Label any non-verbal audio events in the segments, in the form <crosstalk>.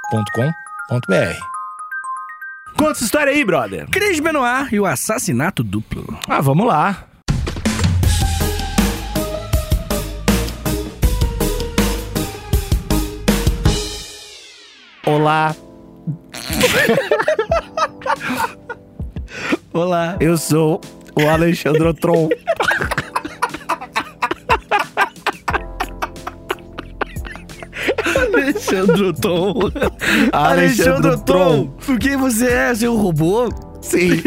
agenciadepodcast.com.br. Conta essa história aí, brother. Cris Benoit e o assassinato duplo. Ah, vamos lá. Olá, Olá. eu sou o Alexandre Tron. Alexandre Tom. <laughs> Alexandre Tron. O que você é, seu robô? Sim. <laughs>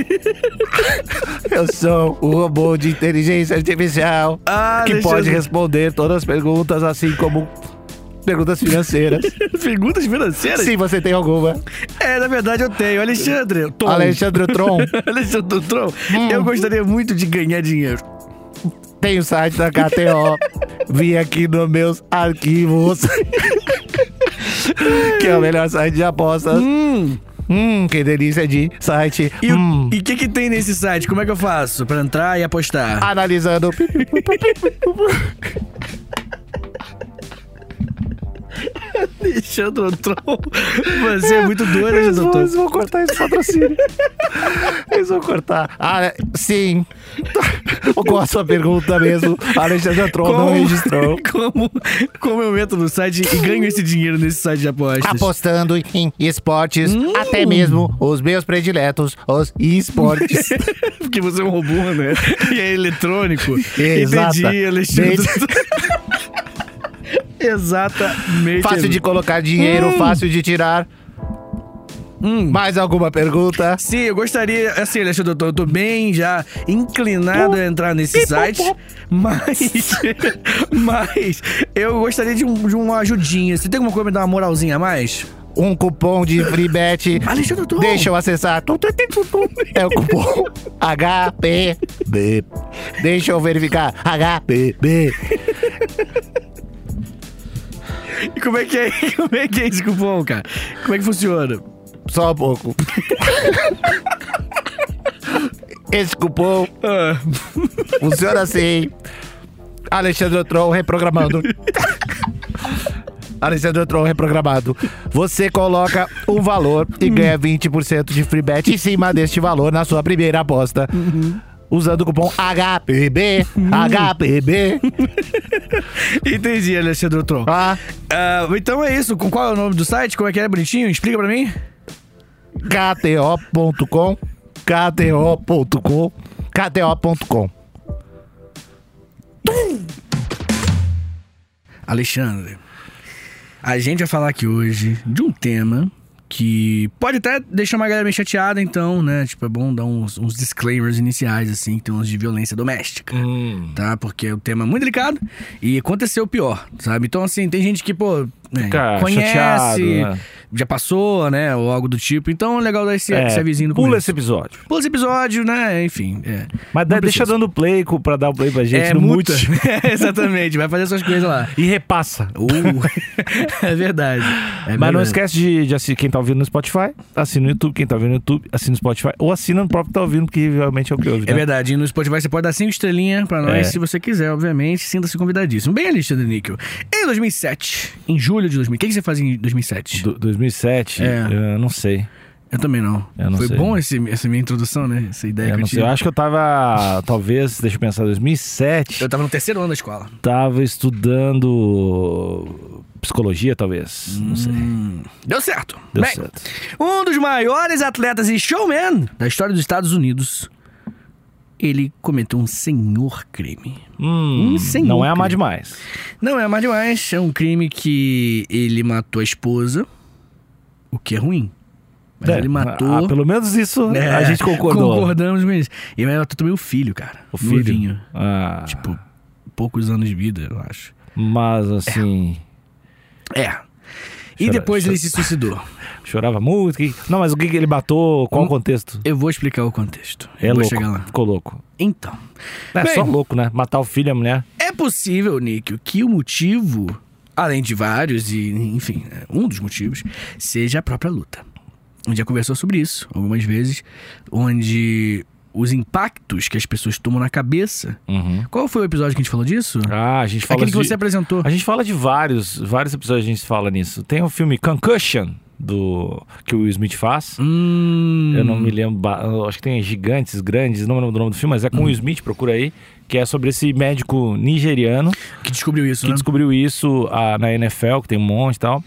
Eu sou o robô de inteligência artificial Ah, que Alexandre- pode responder todas as perguntas, assim como perguntas financeiras. <laughs> Perguntas financeiras? Se você tem alguma. É, na verdade eu tenho. Alexandre Tom. Alexandre Hum. Tron <laughs> Alexandre Tron. Eu gostaria muito de ganhar dinheiro. tem o site da <laughs> KTO. Vim aqui nos meus arquivos. <laughs> que é o melhor site de apostas. Hum. Hum, que delícia de site. E o Hum. e que, que tem nesse site? Como é que eu faço pra entrar e apostar? Analisando. Alexandre Tron. Você é muito doido, Eles Alexandre vão, Tron. eles vão cortar esse patrocínio. <laughs> Eles vão cortar. Ah, é- sim. <laughs> Qual a sua pergunta mesmo? Alexandre Tron não <laughs> registrou. <laughs> como, como eu entro no site e ganho esse dinheiro nesse site de apostas? Apostando em esportes, até mesmo os meus prediletos, os esportes. <laughs> Porque você é um robô, né? <laughs> É, E é eletrônico. Exata. Entendi, Alexandre. <laughs> Exatamente. fácil de colocar dinheiro, Hum. fácil de tirar. Mais alguma pergunta? Sim, eu gostaria, assim, Alexandre, eu tô, eu tô bem já inclinado a entrar nesse site, mas, <laughs> mas eu gostaria de, um- de uma ajudinha. Você tem alguma coisa pra me dar uma moralzinha a <laughs> mais? Um cupom de free bet. Alexandre, eu tô... Deixa eu acessar. É o cupom HPB. Deixa eu verificar. HPB. E Como é <laughs> que é, como é que é esse cupom, cara? Como é que funciona? Só um <laughs> pouco. Esse cupom Ah, funciona assim. Alexandre Tron reprogramando. Alexandre Tron reprogramado. Você coloca um valor e ganha 20% de free bet em cima deste valor na sua primeira aposta. Usando o cupom HPB, HPB. entendi, Alexandre Tron. Ah, Ah, então é isso. Com qual é o nome do site? Como é que é, bonitinho? Explica pra mim. KTO.com, KTO.com, KTO.com. Alexandre, a gente vai falar aqui hoje de um tema que pode até deixar uma galera meio chateada, então, né? Tipo, é bom dar uns, uns disclaimers iniciais, assim, que tem uns de violência doméstica, Hum. tá? Porque é um tema muito delicado e aconteceu o pior, sabe? Então, assim, tem gente que, pô, né, Fica conhece, chateado, né? já passou, né? Ou algo do tipo. Então, é legal dar esse, esse avisinho pula com esse episódio. Pula esse episódio, né? Enfim, é. Mas deixa Não precisa. dando play co- pra dar o play pra gente no multa. mute. É <laughs> <laughs> Exatamente, vai fazer suas coisas lá. E repassa. Uh, <laughs> é verdade. É Mas não verdade. esquece de, de assistir quem tá ouvindo no Spotify, assina no YouTube, quem tá ouvindo no YouTube, assina no Spotify, ou assina no próprio que tá ouvindo, porque realmente é o que ouve. É né? verdade. E no Spotify você pode dar cinco estrelinhas pra nós, É. se você quiser, obviamente. Sinta-se convidadíssimo. Bem, Alexandre Níquel. Em 2007, em julho de 2000, o que, que você fazia em 2007? Do- 2007, É. eu não sei. Eu também não. Eu não Foi sei. bom esse, essa minha introdução, né? Essa ideia Eu que não eu sei. tive. Eu acho que eu tava, talvez, deixa eu pensar, 2007, Eu tava no terceiro ano da escola. eu tava estudando psicologia, talvez. Não sei. Deu certo. Deu Bem, certo. Um dos maiores atletas e showman da história dos Estados Unidos. Ele cometeu um senhor crime. Hum, um senhor não é amar crime. demais. Não é mais demais. É um crime que ele matou a esposa, o que é ruim. Mas É, ele matou. ah, pelo menos isso É, a gente concordou. Concordamos mesmo. E ele matou também o filho, cara. O filho. Novinho. Ah, Tipo, poucos anos de vida, eu acho. mas assim. É. E Chora- depois chora- ele se suicidou. Chorava muito. que- Não, mas o que, que ele matou? Qual Hum, o contexto? Eu vou explicar o contexto. É eu vou louco. chegar lá. Ficou louco. Então. É Bem, só louco, né? Matar o filho e a mulher. É possível, Níquel, que o motivo, além de vários, e enfim, né, um dos motivos, seja a própria luta. A gente já conversou sobre isso algumas vezes, onde os impactos que as pessoas tomam na cabeça. Uhum. Qual foi o episódio que a gente falou disso? Ah, a gente fala É Aquele que de... você apresentou. A gente fala de vários, vários episódios a gente fala nisso. Tem o filme Concussion, do que o Will Smith faz. Hum, Eu não me lembro, ba- eu acho que tem Gigantes Grandes, não me lembro do nome do filme, mas é com o Hum. Will Smith, procura aí. Que é sobre esse médico nigeriano Que descobriu isso, que né? descobriu isso ah, na NFL, que tem um monte e tal.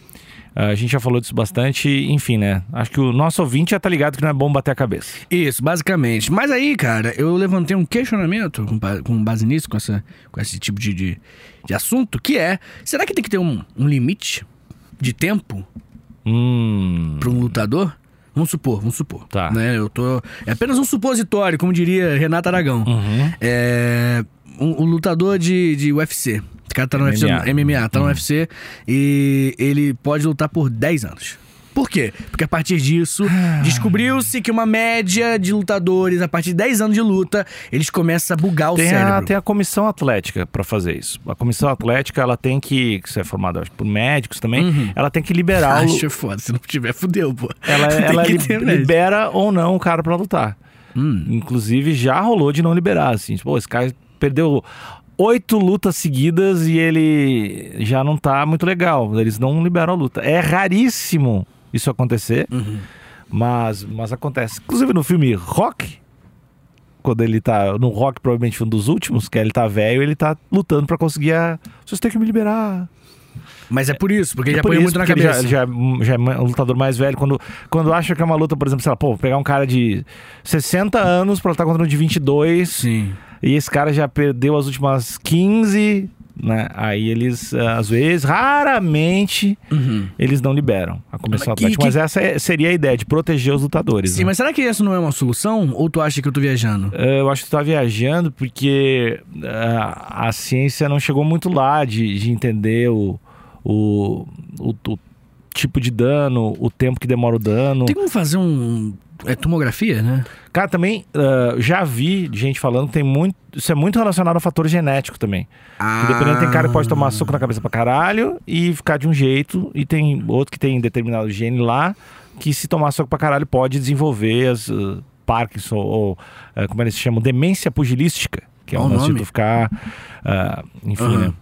Ah, a gente já falou disso bastante, enfim, né? Acho que o nosso ouvinte já tá ligado que não é bom bater a cabeça. Isso, basicamente. Mas aí, cara, eu levantei um questionamento com, ba- com base nisso, com, essa, com esse tipo de, de, de assunto, que é: será que tem que ter um, um limite de tempo Hum. para um lutador? Vamos supor, vamos supor. Tá. Né? Eu tô. É apenas um supositório, como diria Renato Aragão. Uhum. É. Um, um lutador de, de UFC. Esse cara tá no UFC. MMA. MMA, Uhum. tá no UFC. E ele pode lutar por 10 anos. Por quê? Porque a partir disso, Ah. descobriu-se que uma média de lutadores, a partir de 10 anos de luta, eles começam a bugar o tem cérebro. A, tem a comissão atlética pra fazer isso. A comissão atlética, ela tem que, que isso é formada acho, por médicos também, ela tem que liberar o, Uhum. Acho foda, se não tiver, fudeu, pô. ela, é- <laughs> Tem ela que li- ter média. libera ou não o cara pra lutar. Hum. Inclusive, já rolou de não liberar, assim. Tipo, "Pô, esse cara perdeu oito lutas seguidas e ele já não tá muito legal. Eles não liberam a luta. É raríssimo isso acontecer, mas, mas acontece. Inclusive no filme Rock, quando ele tá no Rock, provavelmente um dos últimos, que ele tá velho, ele tá lutando pra conseguir a... Vocês têm que me liberar. Mas é por isso, porque ele É já por põe isso, muito na porque ele cabeça. Já, já, já é um lutador mais velho. Quando, quando acha que é uma luta, por exemplo, sei lá, pô, vou pegar um cara de 60 anos pra lutar contra um de 22 Sim. e esse cara já perdeu as últimas 15, né? Aí eles, ah, às vezes, raramente, Uhum. eles não liberam a comissão Mas que- atlética. que- Mas essa é- seria a ideia, de proteger os lutadores. Sim, né? mas será que isso não é uma solução? Ou tu acha que eu tô viajando? Eh, Eu acho que tu tá viajando porque ah, a ciência não chegou muito lá de, de entender o, o, o- o tipo de dano, o tempo que demora o dano. Tem como fazer um. É tomografia, né? Cara, também ah, já vi gente falando que tem muito. Isso é muito relacionado ao fator genético também. Que dependendo, tem cara que pode tomar soco na cabeça pra caralho e ficar de um jeito, e tem outro que tem determinado gene lá que, se tomar soco pra caralho, pode desenvolver as ah, Parkinson ou ah, como eles chamam, demência pugilística, que é Ó um o lance de nome. tu ficar, ah, enfim, Aham. né?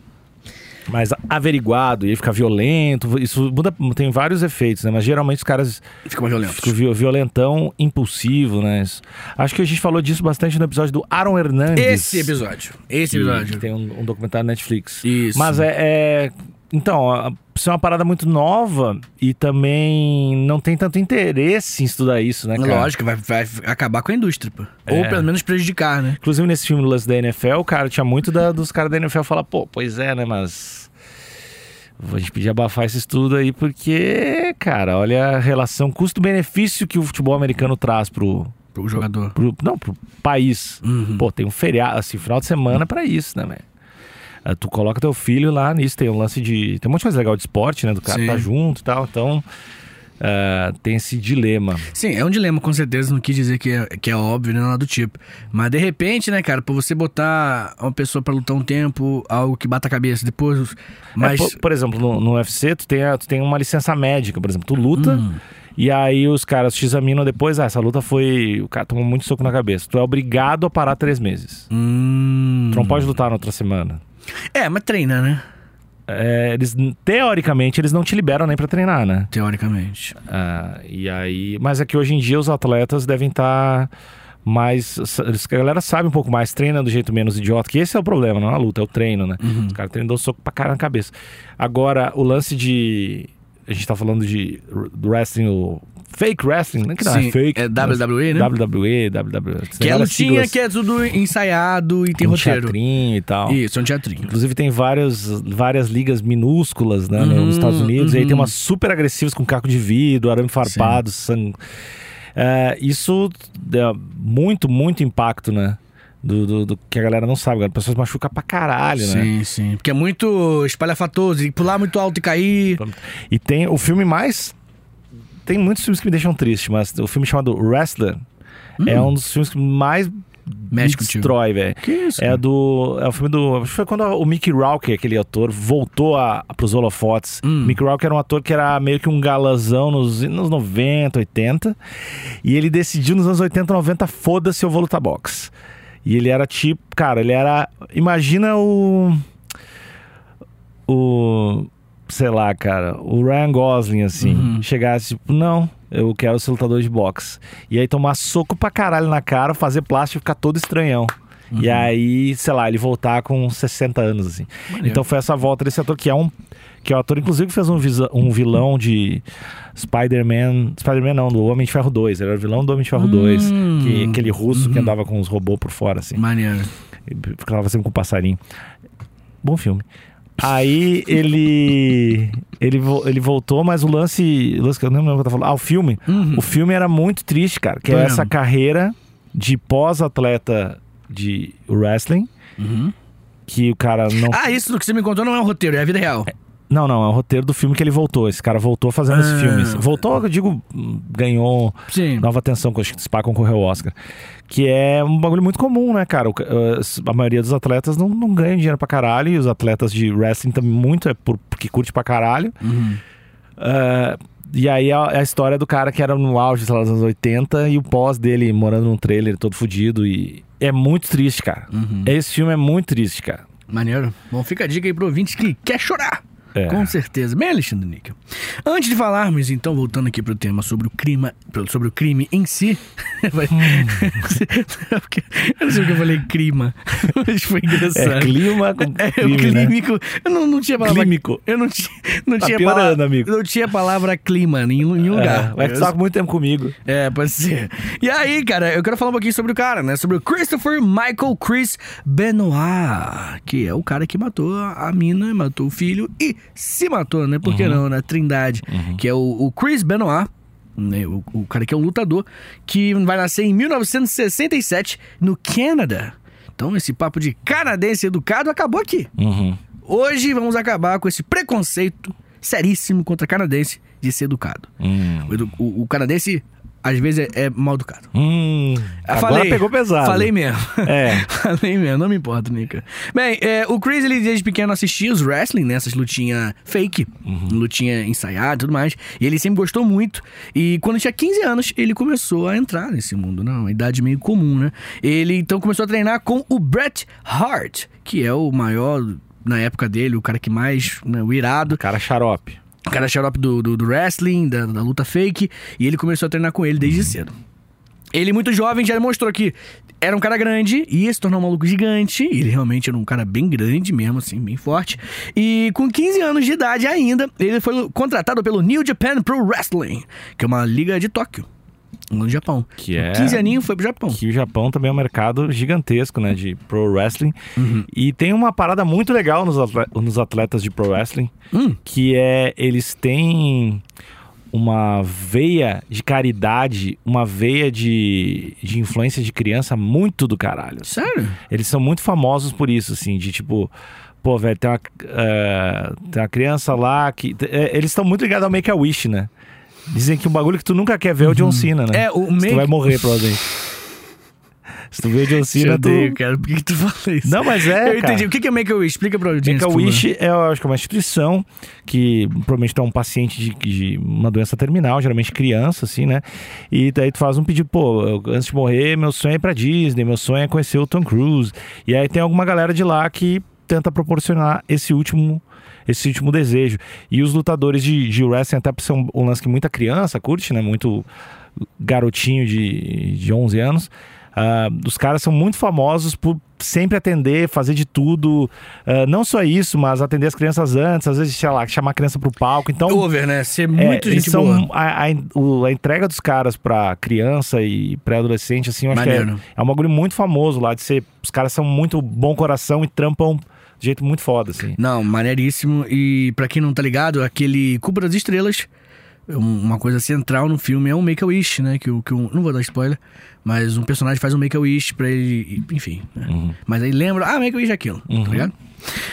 Mais averiguado, e ficar violento, isso muda, tem vários efeitos, né? Mas geralmente os caras Fica mais violento. ficam vi- violentão, impulsivo, né? Isso- Acho que a gente falou disso bastante no episódio do Aaron Hernandes. Esse episódio. Esse que- episódio. que tem um, um documentário na Netflix. Isso. Mas é. é- Então, a- isso é uma parada muito nova e também não tem tanto interesse em estudar isso, né, cara? Lógico, vai, vai acabar com a indústria, pô. Ou É. pelo menos prejudicar, né? Inclusive nesse filme do lance da NFL, cara, tinha muito da- dos caras da NFL falar, pô, pois é, né, mas. A gente pedir abafar esse estudo aí, porque, cara, olha a relação custo-benefício que o futebol americano traz pro. Pro jogador. pro não, pro país. Uhum. Pô, tem um feriado, assim, final de semana pra isso, né, velho? Ah, Tu coloca teu filho lá nisso, tem um lance de. Tem um monte de coisa legal de esporte, né? Do cara Sim. tá junto e tal. Então, ah, tem esse dilema. Sim, é um dilema, com certeza. Não quis dizer que é, que é óbvio, nem nada do tipo. Mas de repente, né, cara, pra você botar uma pessoa pra lutar um tempo, algo que bata a cabeça depois. Mas, Mas. por, por exemplo, no, no UFC, tu tem, a- tu tem uma licença médica, por exemplo, tu luta. Hum. E aí os caras te examinam depois, ah, essa luta foi. O cara tomou muito soco na cabeça. Tu é obrigado a parar três meses. Hum. Tu não pode lutar na outra semana. É, mas treina, né? É, eles, teoricamente, eles não te liberam nem pra treinar, né? Teoricamente. Ah, e aí, mas é que hoje em dia os atletas devem estar mais, eles- a galera sabe um pouco mais, treina do jeito menos idiota, que esse é o problema, não é a luta, é o treino, né? Uhum. Os caras treinam soco pra cara na cabeça. Agora, o lance de a gente tá falando de wrestling, o fake wrestling, né? Que não Sim, é fake. é WWE, né? WWE, WWE. Que é lutinha, que é tudo ensaiado e tem um roteiro. teatrinho e tal. Isso, é um teatrinho. Inclusive tem várias, várias ligas minúsculas né, Uhum, nos Estados Unidos. E aí uhum. tem umas super agressivas com caco de vidro, arame farpado, sangue. É, isso dá muito, muito impacto, né? Do, do- do que a galera não sabe. A pessoa se machuca pra caralho, né? Sim, sim. Porque é muito espalhafatoso, e pular muito alto e cair. E tem o filme mais... Tem muitos filmes que me deixam triste, mas o filme chamado Wrestler é um dos filmes que mais Hum. Mexe me contigo. destrói, velho. Que isso? É do. É o filme do. Acho que foi quando o Mickey Rourke, aquele ator, voltou a, pros holofotes. Hum. Mickey Rourke era um ator que era meio que um galãzão nos, nos 90, 80. E ele decidiu nos anos 80, 90, foda-se, eu vou lutar boxe. E ele era tipo. Cara, ele era. Imagina o. O. Sei lá, cara. O Ryan Gosling, assim. Uhum. Chegasse, tipo, não. Eu quero ser lutador de boxe. E aí tomar soco pra caralho na cara, fazer plástico e ficar todo estranhão. E Uhum. aí, sei lá, ele voltar com 60 anos, assim. Maneiro. Então foi essa volta desse ator, que é um. Que é um ator, inclusive, que fez um, visa- um vilão de Spider-Man. Spider-Man não, do Homem de Ferro 2. Ele era o vilão do Homem de Ferro 2. Hum. Que, aquele russo que Uhum. andava com os robôs por fora, assim. Maneiro. Ele Ficava sempre com o passarinho. Bom filme. Aí ele. Ele, vo- ele voltou, mas o lance. O lance que eu não lembro o que eu tava falando. Ah, o filme. Uhum. O filme era muito triste, cara. Que Tô é lembrando. essa carreira de pós-atleta de wrestling. Uhum. Que o cara não. Ah, isso que você me contou não é um roteiro, é a vida real. Não, não, é o roteiro do filme que ele voltou. Esse cara voltou fazendo Ah. esse filme. Voltou, eu digo, ganhou um Sim. nova atenção, que eu acho que o Spa concorreu ao Oscar. Que é um bagulho muito comum, né, cara? O ca- as- A maioria dos atletas não, não ganha dinheiro pra caralho, e os atletas de wrestling também muito é por- porque curte pra caralho. Uhum. Ah, e aí a, a história do cara que era no auge, sei lá, dos anos 80, e o pós dele morando num trailer todo fudido. E é muito triste, cara. Uhum. Esse filme é muito triste, cara. Maneiro. Bom, fica a dica aí pro ouvinte que quer chorar. É. Com certeza. Bem, Alexandre Níquel. Antes de falarmos, então, voltando aqui pro tema sobre o crime, sobre o crime em si. <laughs> vai- Hum. <laughs> Porque eu não sei porque eu falei crima, <laughs> mas foi engraçado. É clima com <laughs> É, o crime, né? clímico. Eu não, não tinha palavra. Clímico. Eu não tinha, não Tá tinha piorando, palavra. amigo. Não tinha palavra clima em nenhum lugar. É, vai que tu tá com muito tempo comigo. É, pode ser. E aí, cara, eu quero falar um pouquinho sobre o cara, né? Sobre o Christopher Michael Chris Benoit, que é o cara que matou a mina, matou o filho e se matou, né? Uhum. Por que não, na Trindade, que é o, o Chris Benoit. né? O, o cara que é um lutador, que vai nascer em 1967 no Canadá. Então, esse papo de canadense educado acabou aqui. Uhum. Hoje vamos acabar com esse preconceito seríssimo contra canadense de ser educado. Hum. O, edu- o- o canadense, às vezes, é, é mal educado. Hum. Eu Agora pegou pesado. Falei mesmo. É. <laughs> Falei mesmo, não me importa, Nica. Bem, é, o Chris, ele desde pequeno assistia os wrestling, né? Essas lutinhas fake, Uhum. lutinha ensaiada e tudo mais. E ele sempre gostou muito. E quando tinha 15 anos, ele começou a entrar nesse mundo, né? Uma idade meio comum, né? Ele então começou a treinar com o Bret Hart, que é o maior, na época dele, o cara que mais, né, o irado. O cara xarope. O cara é xarope do, do, do wrestling, da, da luta fake, e ele começou a treinar com ele Uhum. desde cedo. Ele, muito jovem, já demonstrou que era um cara grande, ia se tornar um maluco gigante. Ele realmente era um cara bem grande mesmo, assim, bem forte. E com 15 anos de idade ainda, ele foi contratado pelo New Japan Pro Wrestling, que é uma liga de Tóquio, no Japão. Que é- Com 15 aninhos foi pro Japão. Que o Japão também é um mercado gigantesco, né? De pro wrestling. Uhum. E tem uma parada muito legal nos atle- nos atletas de pro wrestling. Hum, que é eles têm uma veia de caridade, uma veia de, de influência de criança muito do caralho. sério? Eles são muito famosos por isso, assim, de tipo. Pô, velho, tem, uma, eh, tem uma criança lá que. eh, eles estão muito ligados ao Make-A-Wish, né? Dizem que o bagulho que tu nunca quer ver é o John Cena, né? É, o Se tu vai Make- morrer, <laughs> provavelmente. Se tu vê o John Te Cena, tu. odeio, cara. Por que, que tu fala isso? Não, mas é. eu cara. entendi. O que que é Make-A-Wish? Explica pra audiência. por favor. Make-A-Wish é, eu acho que é uma instituição que promete um paciente de, de uma doença terminal, geralmente criança, assim, né? E daí tu faz um pedido, pô, eu- antes de morrer, meu sonho é ir pra Disney, meu sonho é conhecer o Tom Cruise. E aí tem alguma galera de lá que tenta proporcionar esse último esse último desejo. E os lutadores de, de wrestling, até por ser um, um lance que muita criança curte, né? Muito garotinho de, de 11 anos. Ah, os caras são muito famosos por sempre atender, fazer de tudo. Ah, não só isso, mas atender as crianças antes, às vezes, sei lá, chamar a criança pro palco. Então, Over, né? Ser é, muito eles gente são boa. A, a, o- a entrega dos caras pra criança e pré-adolescente, assim, eu acho que é, Maneiro. né? é um bagulho muito famoso lá de ser. Os caras são muito bom coração e trampam de jeito muito foda, assim. Não, maneiríssimo. E pra quem não tá ligado, aquele Cubo das Estrelas, um- uma coisa central no filme é um Make-A-Wish, né? Que, o- que um, não vou dar spoiler, mas um personagem faz um Make-A-Wish pra ele. Enfim. né? Mas aí lembra, ah, Make-A-Wish é aquilo, tá ligado?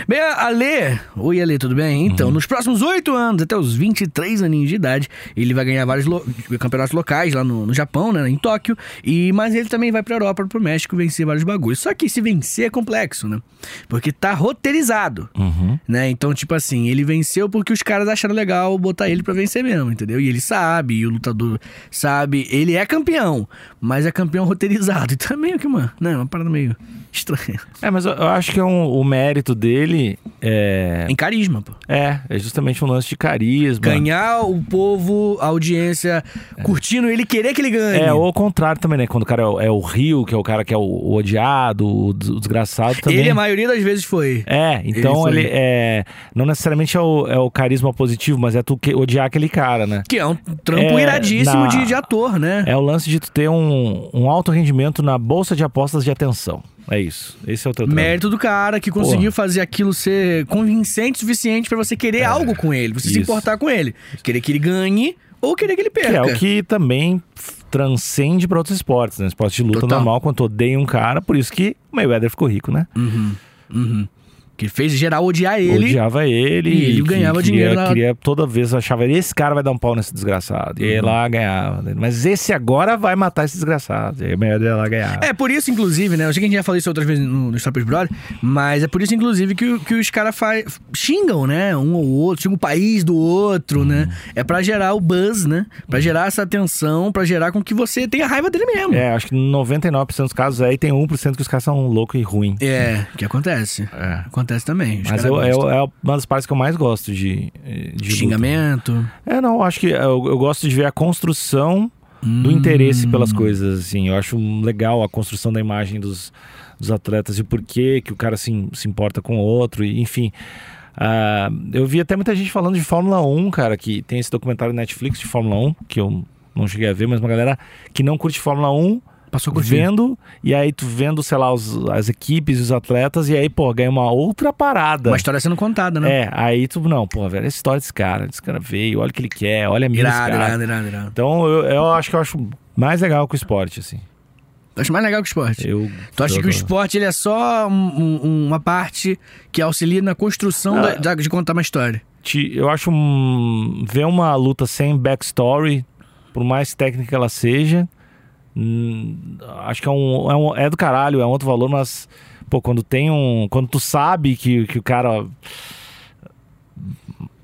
Bem, a- Alê, oi Alê, tudo bem? Então, nos próximos oito anos, até os 23 aninhos de idade, ele vai ganhar vários lo- campeonatos locais lá no, no Japão, né, em Tóquio, e mas ele também vai pra Europa, pro México, vencer vários bagulhos. Só que se vencer é complexo, né? Porque tá roteirizado, né? Então, tipo assim, ele venceu porque os caras acharam legal botar ele pra vencer mesmo, entendeu? E ele sabe, e o lutador sabe, ele é campeão, mas é campeão roteirizado. <laughs> Então é meio que, mano, né, uma parada meio estranha. É, mas eu, eu acho que é um- o mérito dele é, Em carisma, pô. é. É justamente um lance de carisma. Ganhar o povo, a audiência, curtindo ele, querer que ele ganhe. É, ou o contrário também, né? Quando o cara é o, é o Rio, que é o cara que é o, o odiado, o des- o desgraçado também. Ele, é a maioria das vezes, foi. É, Isso então aí. ele é. Não necessariamente é o, é o carisma positivo, mas é tu que- odiar aquele cara, né? Que é um trampo É, iradíssimo na- de, de ator, né? É o lance de tu ter um, um alto rendimento na bolsa de apostas de atenção. É isso. Esse é o teu trampo. Mérito do cara que conseguiu fazer aquilo ser convincente o suficiente pra você querer algo com ele, você se É. isso. importar com ele. Querer que ele ganhe ou querer que ele Que é perca. o que também f- transcende pra outros esportes, né? Esporte de luta Total. normal, quando tu odeia um cara, por isso que o Mayweather ficou rico, né? Que fez geral odiar Uhum. ele. Odiava ele. E ele ganhava queria, dinheiro na- Queria, toda vez achava, esse cara vai dar um pau nesse desgraçado. E Uhum. aí lá ganhava. né? Mas esse agora vai matar esse desgraçado. E aí o Mayweather lá ganhava. É, por isso, inclusive, né? Eu sei que a gente já falou isso outras vezes no, no Stoppers Brother, mas é por isso, inclusive, que, o- que os caras fa- xingam, né? Um ou outro, xingam o país do outro, né? Uhum. É pra gerar o buzz, né? Pra gerar essa atenção, pra gerar com que você tenha raiva dele mesmo. É, É, acho que 99% dos casos aí tem 1% que os caras são loucos e ruins. que acontece. É. Acontece também. Mas Os caras eu, gostam. eu- é uma das partes que eu mais gosto de. de luta. Xingamento. É, não, acho que eu, eu gosto de ver a construção do interesse pelas coisas, assim. Eu acho legal a construção da imagem dos, dos atletas e o porquê que o cara se, im- se importa com o outro, e, enfim. Ah, eu vi até muita gente falando de Fórmula 1, cara, que tem esse documentário Netflix de Fórmula 1, que eu não cheguei a ver, mas uma galera que não curte Fórmula 1 Passou com vendo, e aí tu vendo, sei lá, os- as equipes e os atletas, e aí, pô, ganha uma outra parada. Uma história sendo contada, né? É, aí tu, não, pô, velho, é a história desse cara, esse cara veio, olha o que ele quer, olha a mina desse Irado, cara. irado, irado, irado. Então eu, eu acho que eu acho mais legal que o esporte, assim. Eu acho mais legal que o esporte. Eu, Tu acha eu- que o esporte ele é só um- um- uma parte que auxilia na construção Ah. da- da- de contar uma história? te- Eu acho um, ver uma luta sem backstory, por mais técnica que ela seja, hum, acho que é um, é um- é do caralho, é um outro valor, mas pô, quando tem um, quando tu sabe que, que o cara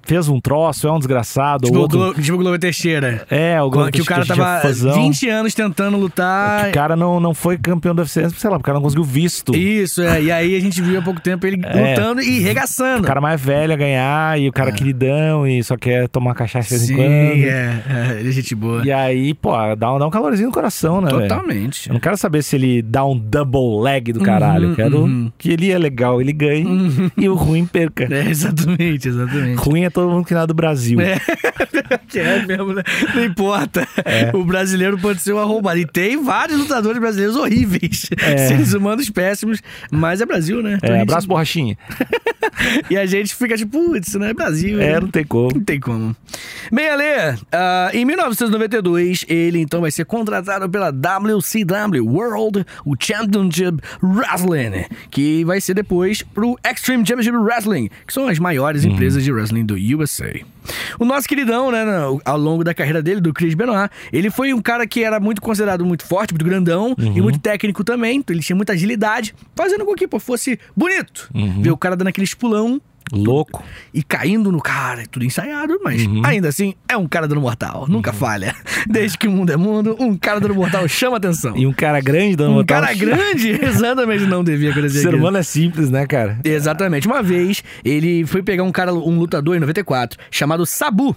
fez um troço, é um desgraçado, Tipo, ou o outro, Glo- tipo o Globo Teixeira. é, o que o cara tava 20 anos tentando Que lutar. o cara não, não foi campeão do UFC, sei lá, porque o cara não conseguiu visto. Isso, é. E aí a gente viu há pouco tempo ele É. lutando e regaçando. O cara mais velho a ganhar e o cara queridão e só quer tomar cachaça de vez em Ah. Sim, quando. é, é. Ele é gente boa. E aí, pô, dá um, dá um calorzinho no coração, né? velho? Totalmente. Eu não quero saber se ele dá um double leg do caralho. Uhum, eu quero uhum. que ele é legal, ele ganhe e o ruim perca. <laughs> <laughs> É, exatamente, exatamente. Ruim é todo mundo que nada do Brasil. É. É mesmo, né? Não importa. É. O brasileiro pode ser uma roubada. E tem vários lutadores brasileiros horríveis. <laughs> Seres humanos péssimos. Mas é Brasil, né? Então a É, gente- abraço, borrachinha. <laughs> E a gente fica tipo, putz, isso não é Brasil. né? É, não tem como. Não tem como. Bem, Ale, ah, em 1992, ele então vai ser contratado pela WCW World o Championship Wrestling, que vai ser depois pro Extreme Championship Wrestling, que são as maiores empresas de wrestling do USA. O nosso queridão, né, na- ao longo da carreira dele, do Chris Benoit, ele foi um cara que era muito considerado muito forte, muito grandão e muito técnico também, então ele tinha muita agilidade, fazendo com que pô, fosse bonito ver o cara dando aqueles pulão Louco. e caindo no cara, é tudo ensaiado, mas Uhum. ainda assim é um cara dando mortal, nunca falha. <laughs> Desde que o mundo é mundo, um cara dando mortal chama atenção. E um cara grande dando um botar cara grande, <laughs> exatamente não devia <laughs> acontecer. Ser aquilo. humano é simples, né, cara? <laughs> Exatamente. Uma vez ele foi pegar um cara, um lutador em 94, chamado Sabu.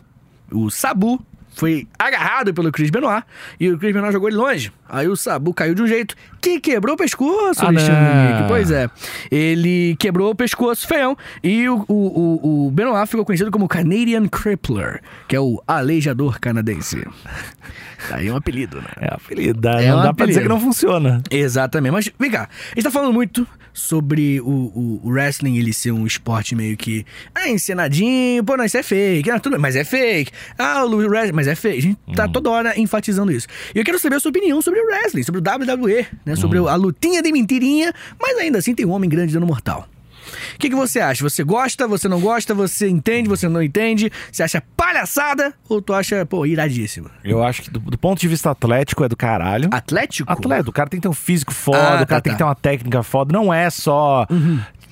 O Sabu foi agarrado pelo Chris Benoit e o Chris Benoit jogou ele longe. Aí o Sabu caiu de um jeito que quebrou o pescoço, Ah, Alexandre. não. Henrique. Pois é. Ele quebrou o pescoço feião e o, o, o, o Benoit ficou conhecido como Canadian Crippler, que é o aleijador canadense. Aí é um apelido, né? É apelido. dá- É não um dá pra apelido. dizer que não funciona. Exatamente. Mas vem cá, a gente tá falando muito sobre o, o- o wrestling ele ser um esporte meio que. Ah, encenadinho, pô, não, isso é fake. Ah, tudo, mas é fake. Ah, o wrestling, mas é fake. A gente tá Uhum. toda hora enfatizando isso. E eu quero saber a sua opinião sobre o Uhum. wrestling, sobre o WWE, né? Sobre a lutinha de mentirinha, mas ainda assim tem um homem grande dando mortal. O que, que você acha? Você gosta, você não gosta, você entende, você não entende? Você acha palhaçada ou tu acha, pô, iradíssimo? Eu acho que do, do ponto de vista atlético é do caralho. Atlético? Atleta, o cara tem que ter um físico foda, Ah, o cara tá, tem tá. Uhum. que ter uma técnica foda. Não é só.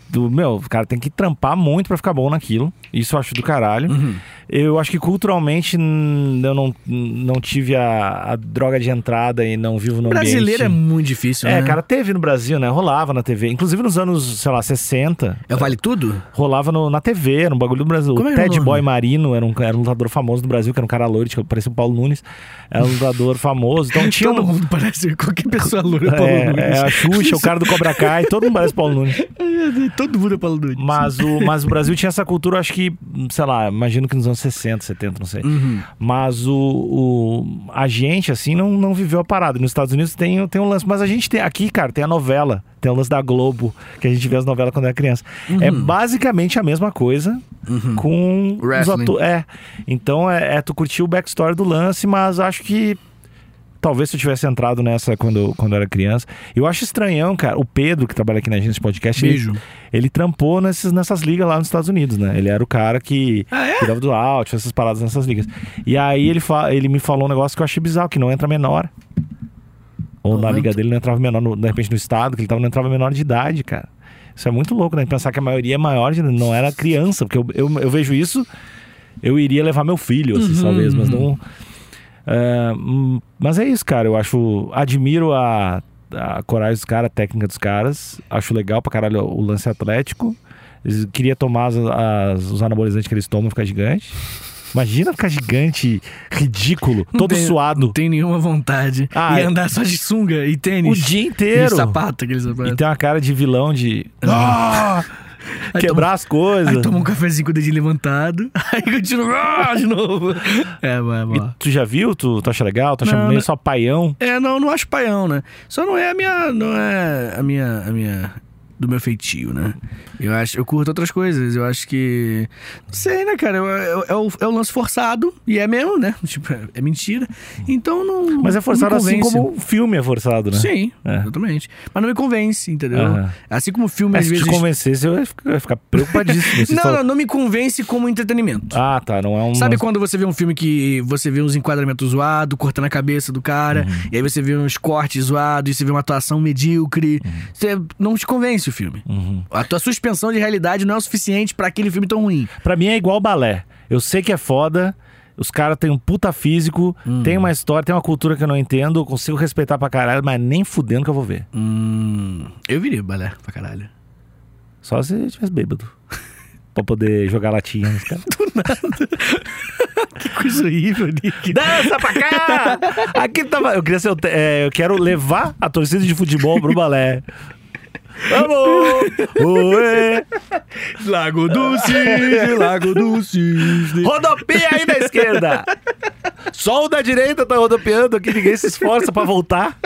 Do, meu, o cara tem que trampar muito pra ficar bom naquilo. Isso eu acho do caralho. Uhum. Eu acho que culturalmente hum, eu não, não tive a, a droga de entrada e não vivo no Brasileiro é ambiente. muito difícil, É, né? cara, teve no Brasil, né? Rolava na TV. Inclusive nos anos, sei lá, 60, É o Vale Tudo? rolava no- na TV, no um bagulho do Brasil. Como é o o Ted nome? Boy Marino era um, era um lutador famoso do Brasil, que era um cara loiro, tipo, parecia o Paulo Nunes. Era um lutador famoso. Então tinha Todo um, mundo parece qualquer pessoa loura é <laughs> Paulo é, Nunes. é a Xuxa, <laughs> o cara do Cobra Kai, todo mundo parece Paulo Nunes. Todo mundo é Paulo Nunes. Mas o, mas o Brasil tinha essa cultura, acho que, sei lá, imagino que nos anos 60, 70, não sei. Mas o, o- a gente, assim, não, não viveu a parada. Nos Estados Unidos tem, tem um lance, mas a gente tem, aqui, cara, tem a novela, tem o lance da Globo, que a gente vê as novelas quando era criança. É basicamente a mesma coisa com os Wrestling. atores. É. Então, é, é tu curtir o backstory do lance, mas acho que Talvez se eu tivesse entrado nessa quando, quando eu era criança. Eu acho estranhão, cara. O Pedro, que trabalha aqui na agência de podcast, ele- Beijo. Ele, trampou nesses, nessas ligas lá nos Estados Unidos, né? Ele era o cara que Ah, é? cuidava do áudio, essas paradas nessas ligas. E aí ele, fa- ele me falou um negócio que eu achei bizarro, que não entra menor. Ou na Não liga dele não entrava menor, no- de repente no estado, que ele tava, não entrava menor de idade, cara. Isso é muito louco, né? Pensar que a maioria é maior, de- não era criança, porque eu, eu, eu vejo isso, eu iria levar meu filho, assim, Uhum. talvez, mas não. É, hum, mas é isso, cara. Eu acho. Admiro a, a coragem dos caras, a técnica dos caras. Acho legal pra caralho o lance atlético. Eles- Queria tomar as- as- os anabolizantes que eles tomam e ficar gigante. Imagina ficar gigante, ridículo, Não todo tem- suado. Não tem nenhuma vontade. Ah, e é- andar só de sunga e O tênis. dia E inteiro. sapato, aqueles sapatos. E tem uma cara de vilão de. Ah! Aí Quebrar as coisas. Aí toma um cafezinho com o dedinho levantado. <laughs> Aí continua ah, de novo. É, vai, E vai. tu já viu? Tu, tu acha legal? Tu acha Não, meio não- só paião? É, não, não acho paião, né? Só não é a minha. Não é a minha. A minha do meu feitio, né? Eu acho, eu curto outras coisas. Eu acho que. Não sei, né, cara? Eu- eu- É o, é o lance forçado. E é mesmo, né? <laughs> Tipo, é, é mentira. Então não. Mas é não forçado me assim convence. como o filme é forçado, né? Sim, É. exatamente. Mas não me convence, entendeu? Aham. Assim como o filme Mas às se vezes. te então- convencesse, eu ia ficar, eu ia ficar preocupadíssimo. Vocês <laughs> Não, falam- não, não me convence como entretenimento. Ah, tá. Não é um. Sabe quando você vê um filme que você vê uns enquadramentos zoados, cortando a cabeça do cara, e aí você vê uns cortes zoados, e você vê uma atuação medíocre. Você não te convence o filme. A tua suspensão de realidade não é o suficiente pra aquele filme tão ruim. Pra mim é igual balé. Eu sei que é foda. Os caras têm um puta físico, Hum. tem uma história, tem uma cultura que eu não entendo, eu consigo respeitar pra caralho, mas nem fudendo que eu vou ver. Hum, eu viria balé pra caralho. Só se eu estivesse <laughs> bêbado. pra poder jogar latinha nos caras. Que coisa horrível, né? Nick. Dança pra cá! <laughs> Aqui tava. Eu queria ser. o te- é, eu quero levar a torcida de futebol pro <laughs> balé. Vamos! Ué! <laughs> Lago do <laughs> Cisne, Lago do Cisne. Rodopia aí da esquerda! Só o da direita tá rodopiando aqui, ninguém se esforça pra voltar.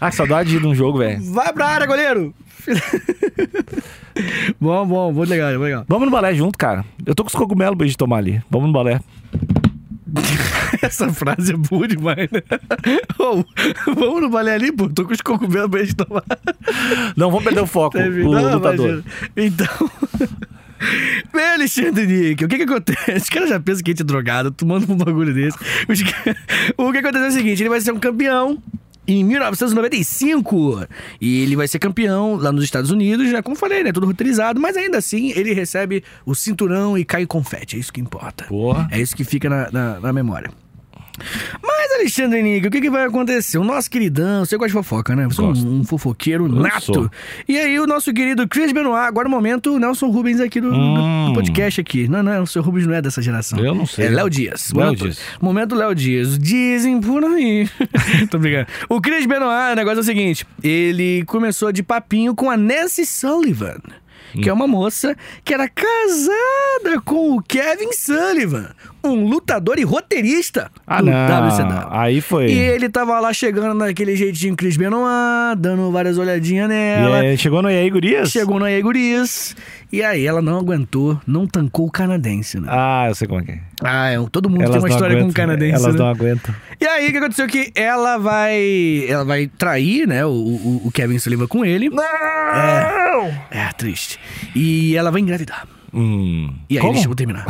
Ah, que saudade de ir num jogo, velho. Vai pra área, goleiro! <laughs> bom, bom, vou legal, vou legal. Vamos no balé junto, cara. Eu tô com os cogumelos pra gente tomar ali. Vamos no balé. <laughs> Essa frase é boa demais, né? <laughs> Ô, vamos no balé ali, pô. Tô com os cogumelos pra gente tomar. Não, vamos perder o foco. Teve- o Não, lutador. imagina. Então. <laughs> Bem, Alexandre Nick, o que que acontece? Os caras já pensam que a gente é drogado, tu manda um bagulho desse. Os ca- <laughs> O que acontece é o seguinte: ele vai ser um campeão. Em 1995, e ele vai ser campeão lá nos Estados Unidos, já como falei, né? Tudo roteirizado, mas ainda assim ele recebe o cinturão e cai o confete, é isso que importa. Porra. É isso que fica na, na- na memória. Mas, Alexandre Henrique, o que, que vai acontecer? O nosso queridão, você gosta de fofoca, né? Você é Gosto. um, um fofoqueiro nato. sou. E aí, o nosso querido Chris Benoit, agora no momento, o Nelson Rubens aqui do, do- Hum. do podcast aqui. Não, não, o seu Rubens não é dessa geração. Eu não sei. É Léo Dias. Léo Momento- Dias. Momento Léo Dias. Dizem por aí. <laughs> Tô brincando. O Chris Benoit, o negócio é o seguinte: ele começou de papinho com a Nancy Sullivan. Que é uma moça que era casada com o Kevin Sullivan, um lutador e roteirista Ah, do não. WCW. Aí foi. E ele tava lá chegando naquele jeitinho Cris Benoit, dando várias olhadinhas E nela. aí, é, chegou no E aí, Gurias? Chegou na Eguris. E aí ela não aguentou, não tancou o canadense, né? Ah, eu sei como é que é. Ah, é, todo mundo tem uma não história com aguentam, o canadense. Elas né? não aguentam. E aí, o que aconteceu? Que ela vai. Ela vai trair, né? O, o- o Kevin Sullivan com ele. Não! É, triste. E ela vai engravidar. Hum. E aí Como? eles <laughs> vão terminar.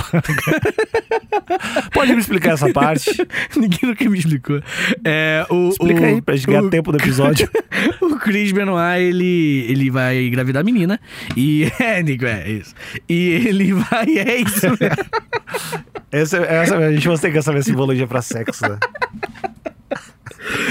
Pode me explicar essa <laughs> parte? <laughs> Ninguém nunca me explicou. É, o, Explica o- aí, pra gente ganhar o- tempo do episódio. <laughs> o Chris Benoit, ele, ele vai engravidar a menina. E. <laughs> É, Nico, é isso. E ele vai. É isso <laughs> mesmo. Essa, é, essa, a gente vai ter que saber simbologia pra sexo, né?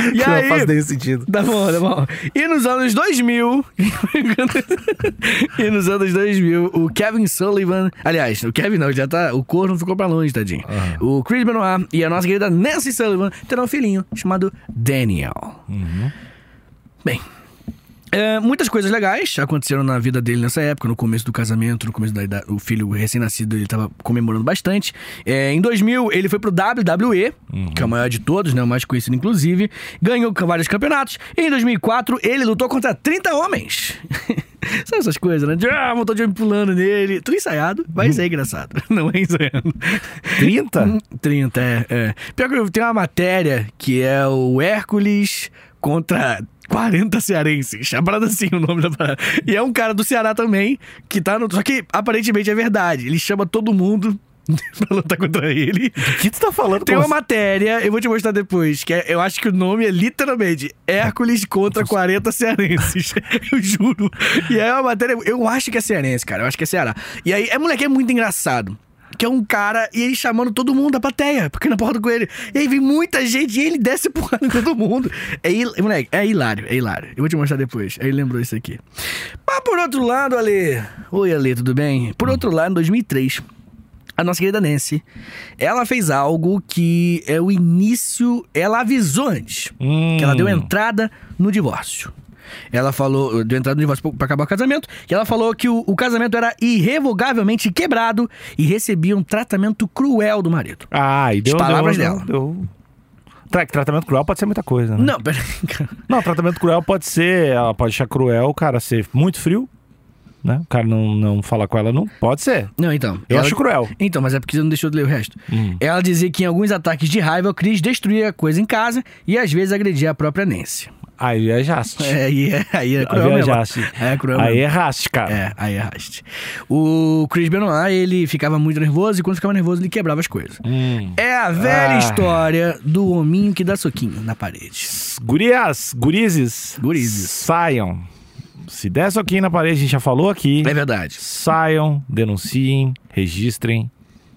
E que aí. não faz nenhum sentido. Tá bom, tá bom. E nos anos 2000. <laughs> e nos anos 2000, o Kevin Sullivan. Aliás, o Kevin não, ele já tá. O corno ficou pra longe, tadinho. O Chris Benoit e a nossa querida Nancy Sullivan terão um filhinho chamado Daniel. Uhum. Bem. é, muitas coisas legais aconteceram na vida dele nessa época, no começo do casamento, no começo da idade, o filho recém-nascido ele tava comemorando bastante. É, em 2000 ele foi pro WWE, que é o maior de todos, né, o mais conhecido inclusive, ganhou vários campeonatos. E em 2004 ele lutou contra 30 homens. <laughs> Sabe essas coisas, né? De, ah, um montão de homem pulando nele. Tudo ensaiado, mas é engraçado. <laughs> Não é ensaiado. 30? 30, é, é. Pior que eu tenho uma matéria que é o Hércules contra 40 cearenses. É uma parada assim o nome da parada. E é um cara do Ceará também, que tá no. Só que aparentemente é verdade. Ele chama todo mundo <laughs> pra lutar contra ele. O que tu tá falando? Tem Como uma matéria, eu vou te mostrar depois, que é- eu acho que o nome é literalmente Hércules contra 40 cearenses. <laughs> eu juro. E é uma matéria. Eu acho que é cearense, cara. Eu acho que é Ceará. E aí, é moleque, é muito engraçado. Que é um cara e ele chamando todo mundo da plateia, porque na porta com ele. E aí vem muita gente e ele desce porrada em todo mundo. É, hil- moleque, é hilário, é hilário. Eu vou te mostrar depois. Aí lembrou isso aqui. Mas por outro lado, Ale. Oi, Ale, tudo bem? Por outro lado, em 2003, a nossa querida Nancy, ela fez algo que é o início. Ela avisou antes Hum. que ela deu entrada no divórcio. Ela falou, deu entrada no divórcio pra- pra acabar o casamento, e ela falou que o, o casamento era irrevogavelmente quebrado e recebia um tratamento cruel do marido. Ah, e deu. As palavras deu, dela. Deu. Tra- tratamento cruel pode ser muita coisa, né? Não, peraí, cara. Não, tratamento cruel pode ser. Ela pode achar cruel o cara ser muito frio, né? O cara não, não fala com ela, não. Pode ser. Não, então. Eu ela- Hum. acho cruel. Então, mas é porque você não deixou de ler o resto. Ela dizia que em alguns ataques de raiva, o Chris destruía coisa em casa e às vezes agredia a própria <laughs> Nancy. Aí viajaste. É, aí é, aí é Aí cruel mesmo. viajaste. Aí é cruel Aí mesmo. erraste, cara. É, aí erraste. O Chris Benoit, ele ficava muito nervoso e quando ficava nervoso ele quebrava as coisas. Hum. É a velha Ah. história do hominho que dá soquinho na parede. Gurias, gurizes. Gurizes. Saiam. Se der soquinho na parede, a gente já falou aqui. É verdade. Saiam, denunciem, registrem,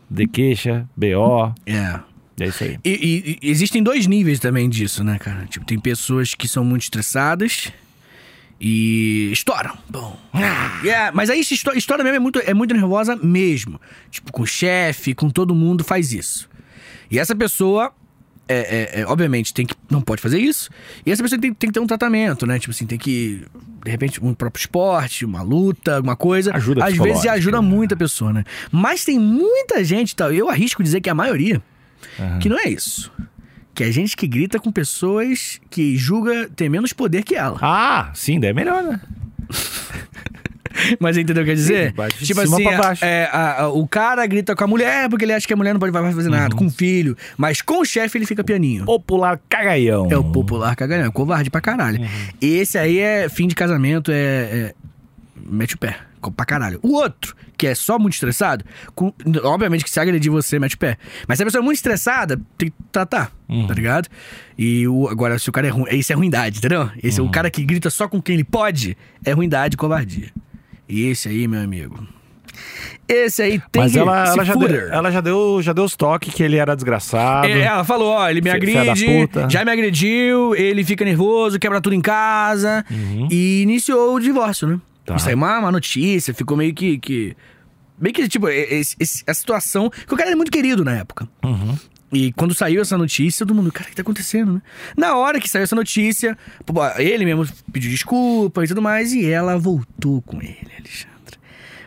de queixa, BO. É. É isso aí. E, e- e existem dois níveis também disso, né, cara? Tipo, tem pessoas que são muito estressadas e estouram. Bom. Ah. Yeah, mas aí se esto- estoura mesmo é muito, é muito nervosa mesmo. Tipo, com o chefe, com todo mundo faz isso. E essa pessoa. É, é- é, obviamente tem que não pode fazer isso e essa pessoa tem, tem que ter um tratamento né tipo assim tem que de repente um próprio esporte uma luta alguma coisa Ajuda às vezes psicológica, ajuda né? muita pessoa né mas tem muita gente tal eu arrisco dizer que a maioria que não é isso. Que é gente que grita com pessoas que julga ter menos poder que ela. Ah, sim, daí é melhor, né? <laughs> Mas entendeu o que quer Sim, dizer? baixo de tipo cima assim, pra a- baixo. é, a- a- o cara grita com a mulher porque ele acha que a mulher não pode vai fazer nada, com o filho. Mas com o chefe ele fica pianinho. Popular cagaião. É o popular cagalhão, é covarde pra caralho. Uhum. Esse aí é fim de casamento, é. é- mete o pé. co- Pra caralho. O outro, que é só muito estressado, com- obviamente que se agredir você, mete o pé. Mas se a pessoa é muito estressada, tem que tratar, Uhum. tá ligado? E o, agora, se o cara é ruim, esse é ruindade, entendeu? Esse Uhum. é o cara que grita só com quem ele pode, é ruindade e covardia. E esse aí, meu amigo. Esse aí tem Mas que ela, se ela, já fuder. deu, ela já deu, já deu os toques que ele era desgraçado. É, Ela falou, ó, ele me Fe- fé da agride, puta. já me agrediu, ele fica nervoso, quebra tudo em casa. E iniciou o divórcio, né? Uhum. Tá. Isso aí é uma, uma notícia, ficou meio que... que meio que, tipo, e- esse- esse- a situação... que o cara era muito querido na época. uhum, E quando saiu essa notícia, todo mundo, cara, o que tá acontecendo, né? Na hora que saiu essa notícia, pô, ele mesmo pediu desculpa e tudo mais, e ela voltou com ele, Alexandre.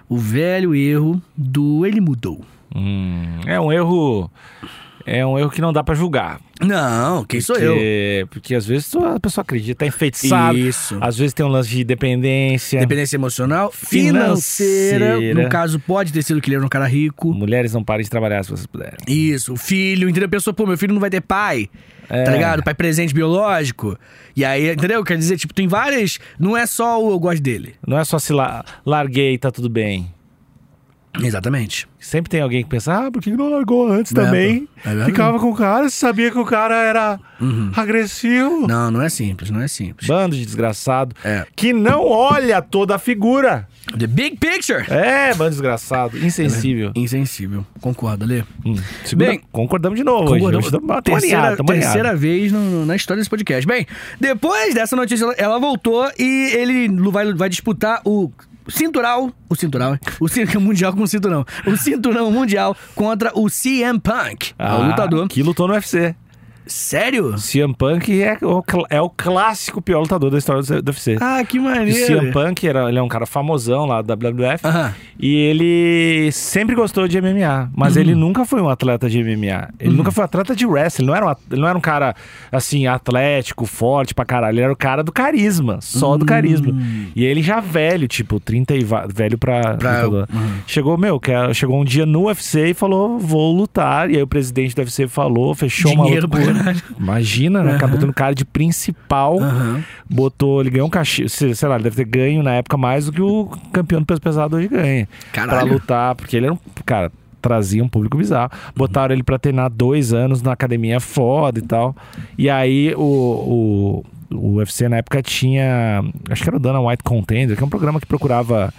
O velho erro do ele mudou. Hum, é um erro. É um erro que não dá pra julgar. Não, quem sou eu? porque, Porque às vezes tu- a pessoa acredita, é enfeitiçado. Isso. Às vezes tem um lance de dependência. Dependência emocional, financeira, É. Financeira. No caso, pode ter sido que ele era um cara rico. Uh. Mulheres não parem de trabalhar se vocês puderem. Isso, o filho, entendeu? A pessoa, pô, meu filho não vai ter pai, tá ligado? Pai presente biológico. E aí, entendeu? Quer dizer, tipo, tem várias. Não é só o eu gosto dele. Não é só se la- larguei e tá tudo bem. Exatamente. Sempre tem alguém que pensa, ah, por que que não largou antes também? É verdade. Uhum. Ficava com o cara, sabia que o cara era agressivo. Não, não é simples, não é simples. Bando de desgraçado É. que não olha toda a figura. The big picture! É, bando desgraçado, insensível. Insensível. Concordo, Lê. Hum, segunda- É, né? Bem, concordamos de novo. Concordamos. Hoje. Hoje tamo Terceira, alinhado, tamo alinhado. terceira vez no- na história desse podcast. Bem, depois dessa notícia, ela- ela voltou e ele vai, vai disputar o cinturão, o cinturão, hein? o cinturão <laughs> mundial com o cinturão, o cinturão mundial contra o CM Punk, é Ah, o lutador. Que lutou no UFC. Sério? CM Punk é o, cl- é o clássico pior lutador da história do UFC. Ah, que E o CM maneiro. Punk era, ele é um cara famosão lá da WWF. Aham. E ele sempre gostou de MMA, mas ele nunca foi um atleta de MMA. Ele nunca foi um atleta de wrestling. Ele não, era um, at- ele não era um cara, assim, atlético, forte pra caralho. Ele era o cara do carisma, só do carisma. E ele já velho, tipo, 30 e va- velho pra. Pra- lutador. Chegou, meu, que era- chegou um dia no UFC e falou: vou lutar. E aí o presidente do UFC falou, fechou Dinheiro uma pra luta. caralho. Imagina, né? Acabou tendo cara de principal. Aham. Botou, ele ganhou um cachê, sei sei lá, ele deve ter ganho na época mais do que o campeão do peso pesado hoje ganha. Caralho. Pra lutar, porque ele era um, cara, trazia um público bizarro. Botaram ele pra treinar dois anos na academia foda e tal. E aí o, o, o UFC na época tinha, acho que era o Dana White Contender, que é um programa que procurava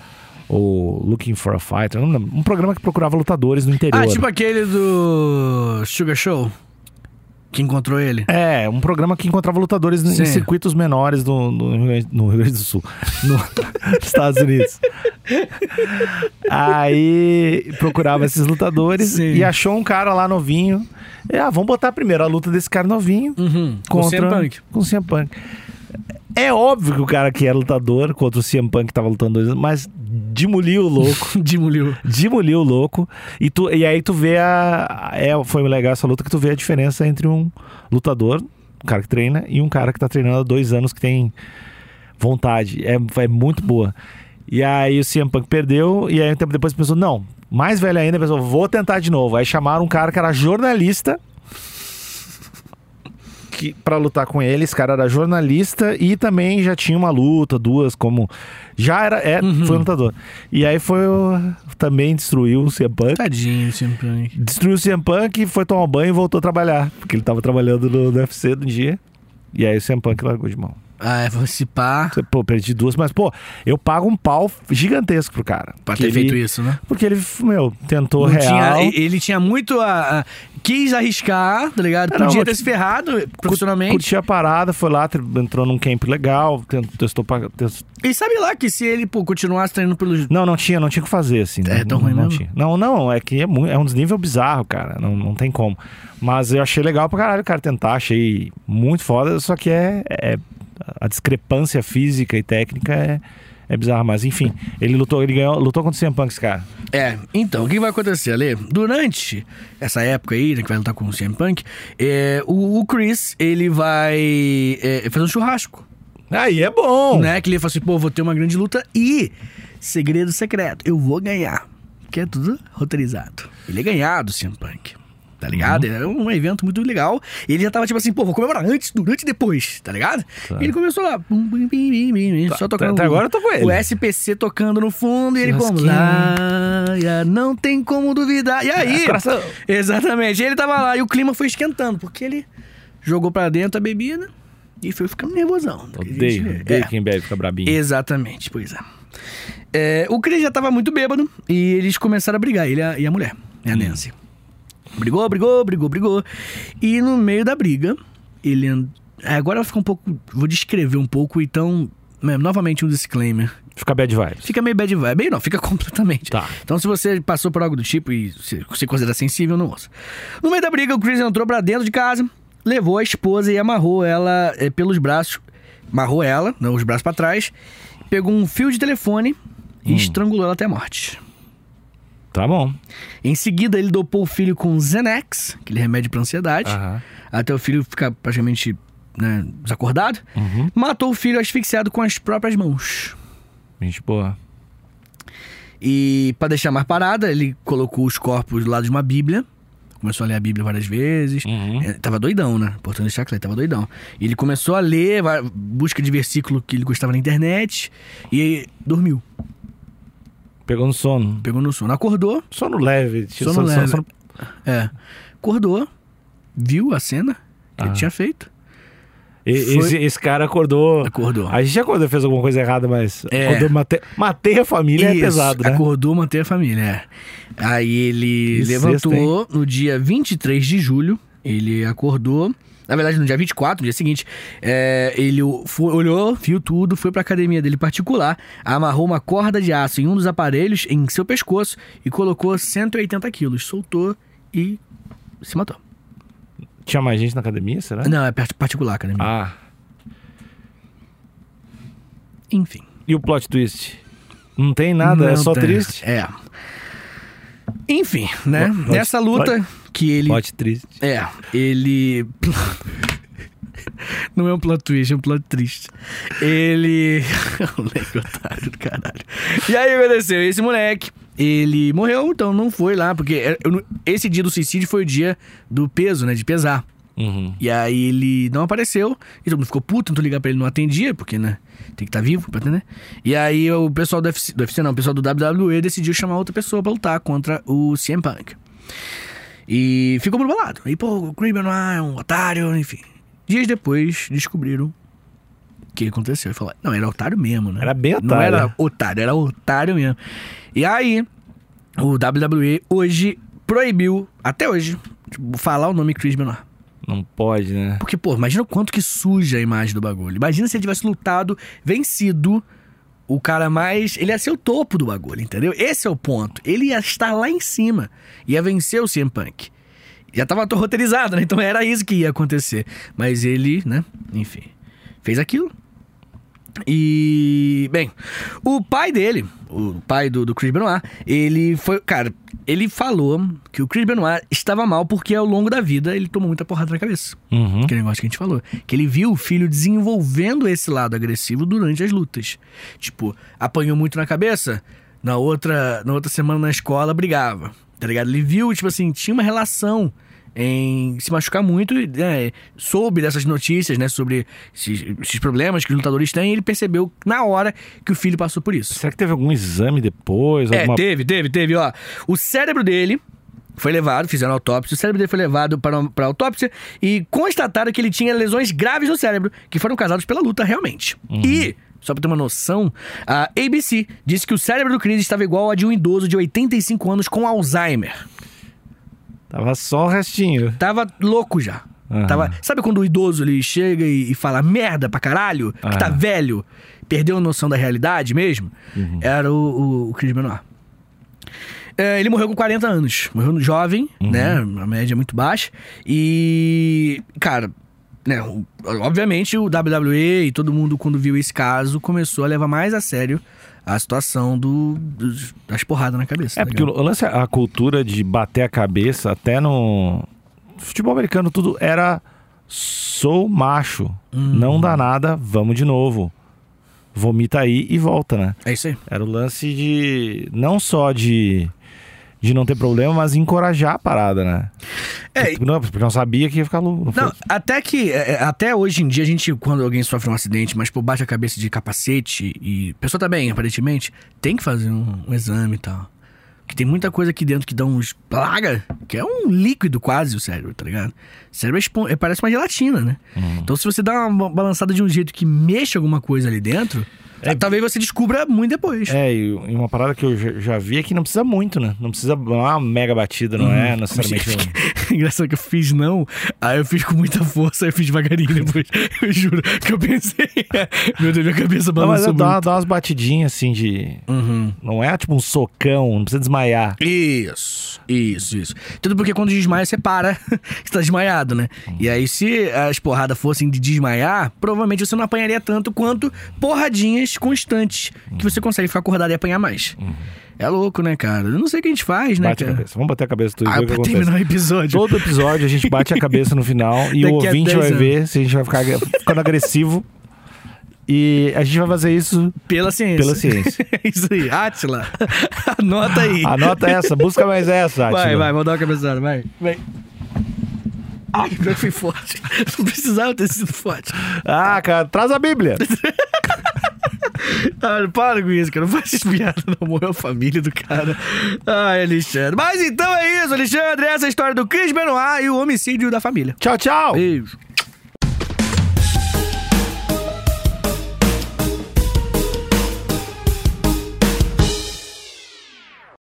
o Looking for a Fighter, não lembro, um programa que procurava lutadores no interior. Ah, tipo aquele do Sugar Show que encontrou ele. É, um programa que encontrava lutadores Sim. em circuitos menores do, no, Rio Grande- no Rio Grande do Sul, no- <laughs> nos Estados Unidos. Aí procurava esses lutadores Sim. e achou um cara lá novinho. E, ah, vamos botar primeiro a luta desse cara novinho Uhum. Com <laughs> contra CM <laughs> Punk. com o CM Punk. É óbvio que o cara que era lutador contra o CM Punk que tava lutando dois anos, mas demoliu o louco. Demoliu. Demoliu o louco. E, tu, e aí tu vê a. a- É, foi legal essa luta que tu vê a diferença entre um lutador, um cara que treina, e um cara que tá treinando há dois anos que tem vontade. É, é muito boa. E aí o CM Punk perdeu, e aí um tempo depois pensou, não, mais velho ainda, pensou, vou tentar de novo. Aí chamaram um cara que era jornalista. Que, pra lutar com ele, esse cara era jornalista e também já tinha uma luta, duas, como. Já era. É, Foi um lutador. E aí foi. o- Também destruiu o CM Punk. Tadinho, do CM Punk. Destruiu o CM Punk, foi tomar um banho e voltou a trabalhar. Porque ele tava trabalhando no, no UFC no dia. E aí o CM Punk largou de mão. Ah, vou se pá. Pô, perdi duas, mas, pô, eu pago um pau gigantesco pro cara. Pra ter Ele- feito isso, né? Porque ele, meu, tentou Não real. tinha- e- ele tinha muito a, a- Quis arriscar, tá ligado? Era Podia uma- ter se ferrado profissionalmente. Curtiu a parada, foi lá, tre- entrou num camp legal, tentou, testou pra. test- E sabe lá que se ele pô, continuasse treinando pelos. Não, não tinha, não tinha o que fazer, assim. É não, tão não, ruim não mesmo? tinha. Não, não, é que é, mu- é um desnível bizarro, cara. Não, não tem como. Mas eu achei legal pra caralho o cara tentar, achei muito foda, só que é. é- a discrepância física e técnica é. É bizarro, mas enfim, ele lutou, ele ganhou, lutou contra o CM Punk, esse cara. É, então, o que vai acontecer, Ale? Durante essa época aí, né, que vai lutar com o CM Punk, é, o, o Chris, ele vai é, fazer um churrasco. Aí é bom! Né? Que ele fala assim, pô, vou ter uma grande luta e segredo secreto, eu vou ganhar. Que é tudo roteirizado. Ele é ganhado, CM Punk. Tá ligado? Uhum. É um evento muito legal. E ele já tava tipo assim, pô, vou comemorar antes, durante e depois, tá ligado? E ele começou lá, bum, bim, bim, bim, bim, tá- só tocando. até o- agora eu tô com ele. O SPC tocando no fundo e ele como. Churrasquinho. É, "Laia, Não tem como duvidar. E aí? coração. Exatamente. Ele tava lá e o clima foi esquentando, porque ele jogou pra dentro a bebida e foi ficando nervosão. Odeio, É. odeio quem bebe fica brabinho. Exatamente, pois é. É, O Chris já tava muito bêbado e eles começaram a brigar, ele e a- e a mulher, né, a Nancy. Brigou, brigou, brigou, brigou. E no meio da briga, ele. and- Agora ela fica um pouco. Vou descrever um pouco, então. né, Novamente um disclaimer. Fica bad vibes. Fica meio bad vibe. Meio não, fica <laughs> completamente. Tá. Então, se você passou por algo do tipo e se, se considera sensível, não ouça. No meio da briga, o Chris entrou pra dentro de casa, levou a esposa e amarrou ela eh, pelos braços. Amarrou ela, não, os braços pra trás, pegou um fio de telefone e estrangulou ela até a morte. Tá bom. Em seguida, ele dopou o filho com Xanax, aquele remédio pra ansiedade, Aham. até o filho ficar praticamente né, desacordado. Uhum. Matou o filho asfixiado com as próprias mãos. Gente boa. E pra deixar mais parada, ele colocou os corpos do lado de uma Bíblia. Começou a ler a Bíblia várias vezes. Uhum. É, tava doidão, né? Importante deixar claro, ele tava doidão. E ele começou a ler, va- busca de versículo que ele gostava na internet. E aí, dormiu. Pegou no sono. Pegou no sono. Acordou. Sono leve. Sono leve. É. Acordou. Viu a cena que ele tinha feito. E- Foi- Esse, esse cara acordou. Acordou. A gente acordou e fez alguma coisa errada, mas. É. acordou, matei, matei a família é Isso, pesado, né? Acordou manter a família. é. Aí ele Que levantou no dia 23 de julho. Ele acordou. Na verdade, no dia 24, no dia seguinte, é, ele o- foi- olhou, viu tudo, foi pra academia dele particular, amarrou uma corda de aço em um dos aparelhos, em seu pescoço, e colocou 180 quilos. Soltou e se matou. Tinha mais gente na academia, será? Não, é part- particular a academia. Ah. Enfim. E o plot twist? Não tem nada, é Não só tem. triste? É. Enfim, né? Pode- Nessa luta que ele Plot triste. É, ele. <laughs> Não é um plot twist, é um plot triste. Ele. <laughs> é um Moleque otário do caralho. E aí o que aconteceu? Esse moleque, ele morreu, então não foi lá, porque é- eu não- esse dia do suicídio foi o dia do peso, né? De pesar. Uhum. E aí ele não apareceu, e todo mundo ficou puto, tentou ligar pra ele, não atendia, porque, né, tem que estar vivo pra atender. E aí o pessoal do UFC, do UFC não, o pessoal do WWE decidiu chamar outra pessoa pra lutar contra o CM Punk. E ficou bolado. E, pô, o Greenberg não é um otário, enfim. Dias depois, descobriram o que aconteceu. E falaram, não, era otário mesmo, né? Era bem Não otário. é. era otário, era otário mesmo. E aí, o WWE hoje proibiu, até hoje, tipo, falar o nome Chris Benoit. Não pode, né? Porque, pô, imagina o quanto que suja a imagem do bagulho. Imagina se ele tivesse lutado, vencido, o cara mais. Ele ia ser o topo do bagulho, entendeu? Esse é o ponto. Ele ia estar lá em cima. Ia vencer o CM Punk. Já tava to- roteirizado, né? Então era isso que ia acontecer. Mas ele, né? Enfim, fez aquilo. E, bem, o pai dele, o pai do, do Chris Benoit, ele foi. Cara, ele falou que o Chris Benoit estava mal porque ao longo da vida ele tomou muita porrada na cabeça. Uhum. Aquele negócio que a gente falou. Que ele viu o filho desenvolvendo esse lado agressivo durante as lutas. Tipo, apanhou muito na cabeça, na outra, na outra semana na escola brigava. Tá ligado? Ele viu, tipo assim, tinha uma relação em se machucar muito e né, soube dessas notícias, né? Sobre esses, esses problemas que os lutadores têm, e ele percebeu na hora que o filho passou por isso. Será que teve algum exame depois? É, alguma- teve, teve, teve, ó. O cérebro dele foi levado, fizeram autópsia, o cérebro dele foi levado para, para autópsia e constataram que ele tinha lesões graves no cérebro, que foram causadas pela luta realmente. E, só pra ter uma noção, a ABC disse que o cérebro do Chris estava igual a de um idoso de 85 anos com Alzheimer. Tava só o restinho. Tava louco já. Aham. Tava, sabe quando o idoso ele chega e, e fala merda pra caralho? Que tá Aham. velho, perdeu a noção da realidade mesmo? Uhum. Era o, o, o Chris Benoit. É, ele morreu com 40 anos. Morreu no jovem, Uhum. né? A média é muito baixa. E, cara, né? o- Obviamente o WWE e todo mundo, quando viu esse caso, começou a levar mais a sério a situação do, dos- das porradas na cabeça. É, tá porque ligado? o lance, a cultura de bater a cabeça, até no futebol americano, tudo era sou macho, Uhum. não dá nada, vamos de novo. Vomita aí e volta, né? é isso aí. Era o lance de, não só de, de não ter problema, mas encorajar a parada, né? É, Não, porque não sabia que ia ficar louco. Não, Não, foi- até que. é, é, Até hoje em dia, a gente, quando alguém sofre um acidente, mas pô, bate a cabeça de capacete e. A pessoa tá bem, aparentemente, tem que fazer um, um exame e tal. Que tem muita coisa aqui dentro que dá uns. Plaga, que é um líquido quase o cérebro, tá ligado? O cérebro é espon- é, parece uma gelatina, né? Uhum. Então, se você dá uma balançada de um jeito que mexe alguma coisa ali dentro, talvez você descubra muito depois. É, e e uma parada que eu já- já vi é que não precisa muito, né? Não precisa não é uma mega batida, não Uhum. é necessariamente... um- Engraçado que <laughs> eu fiz não, aí eu fiz com muita força, aí eu fiz <laughs> devagarinho depois. Eu juro que eu pensei. <laughs> Meu Deus, minha cabeça Não, mas balançou eu dá, muito. dá umas batidinhas assim de. Uhum. Não é tipo um socão, não precisa desmaiar. Isso, isso, isso. Tudo porque quando desmaia, você para. <laughs> você tá desmaiado, né? E aí, se as porradas fossem de desmaiar, provavelmente você não apanharia tanto quanto porradinhas testes constantes que você consegue ficar acordado e apanhar mais. É louco, né, cara? Eu não sei o que a gente faz, né, Bate a cara? cabeça. Vamos bater a cabeça do Ah, pra terminar o episódio. Todo episódio a gente bate a cabeça no <laughs> final e o Daqui a ouvinte 10 vai anos. ver se a gente vai ficar ficando agressivo. E a gente vai fazer <laughs> isso Pela ciência. pela ciência. <laughs> É isso aí, Atila. Anota aí. Anota essa, busca mais essa. Vai, Átila. vai, vou dar uma cabeçada, vai. Vai. Ai, pior que foi forte. Não precisava ter sido forte. Ah, cara, traz a <laughs> Bíblia. Ah, para com isso, cara. Não faz essas piadas, não. Morreu a família do cara. Ai, Alexandre. Mas então é isso, Alexandre. Essa é a história do Cris Benoit e o homicídio da família. Tchau, tchau. Beijo.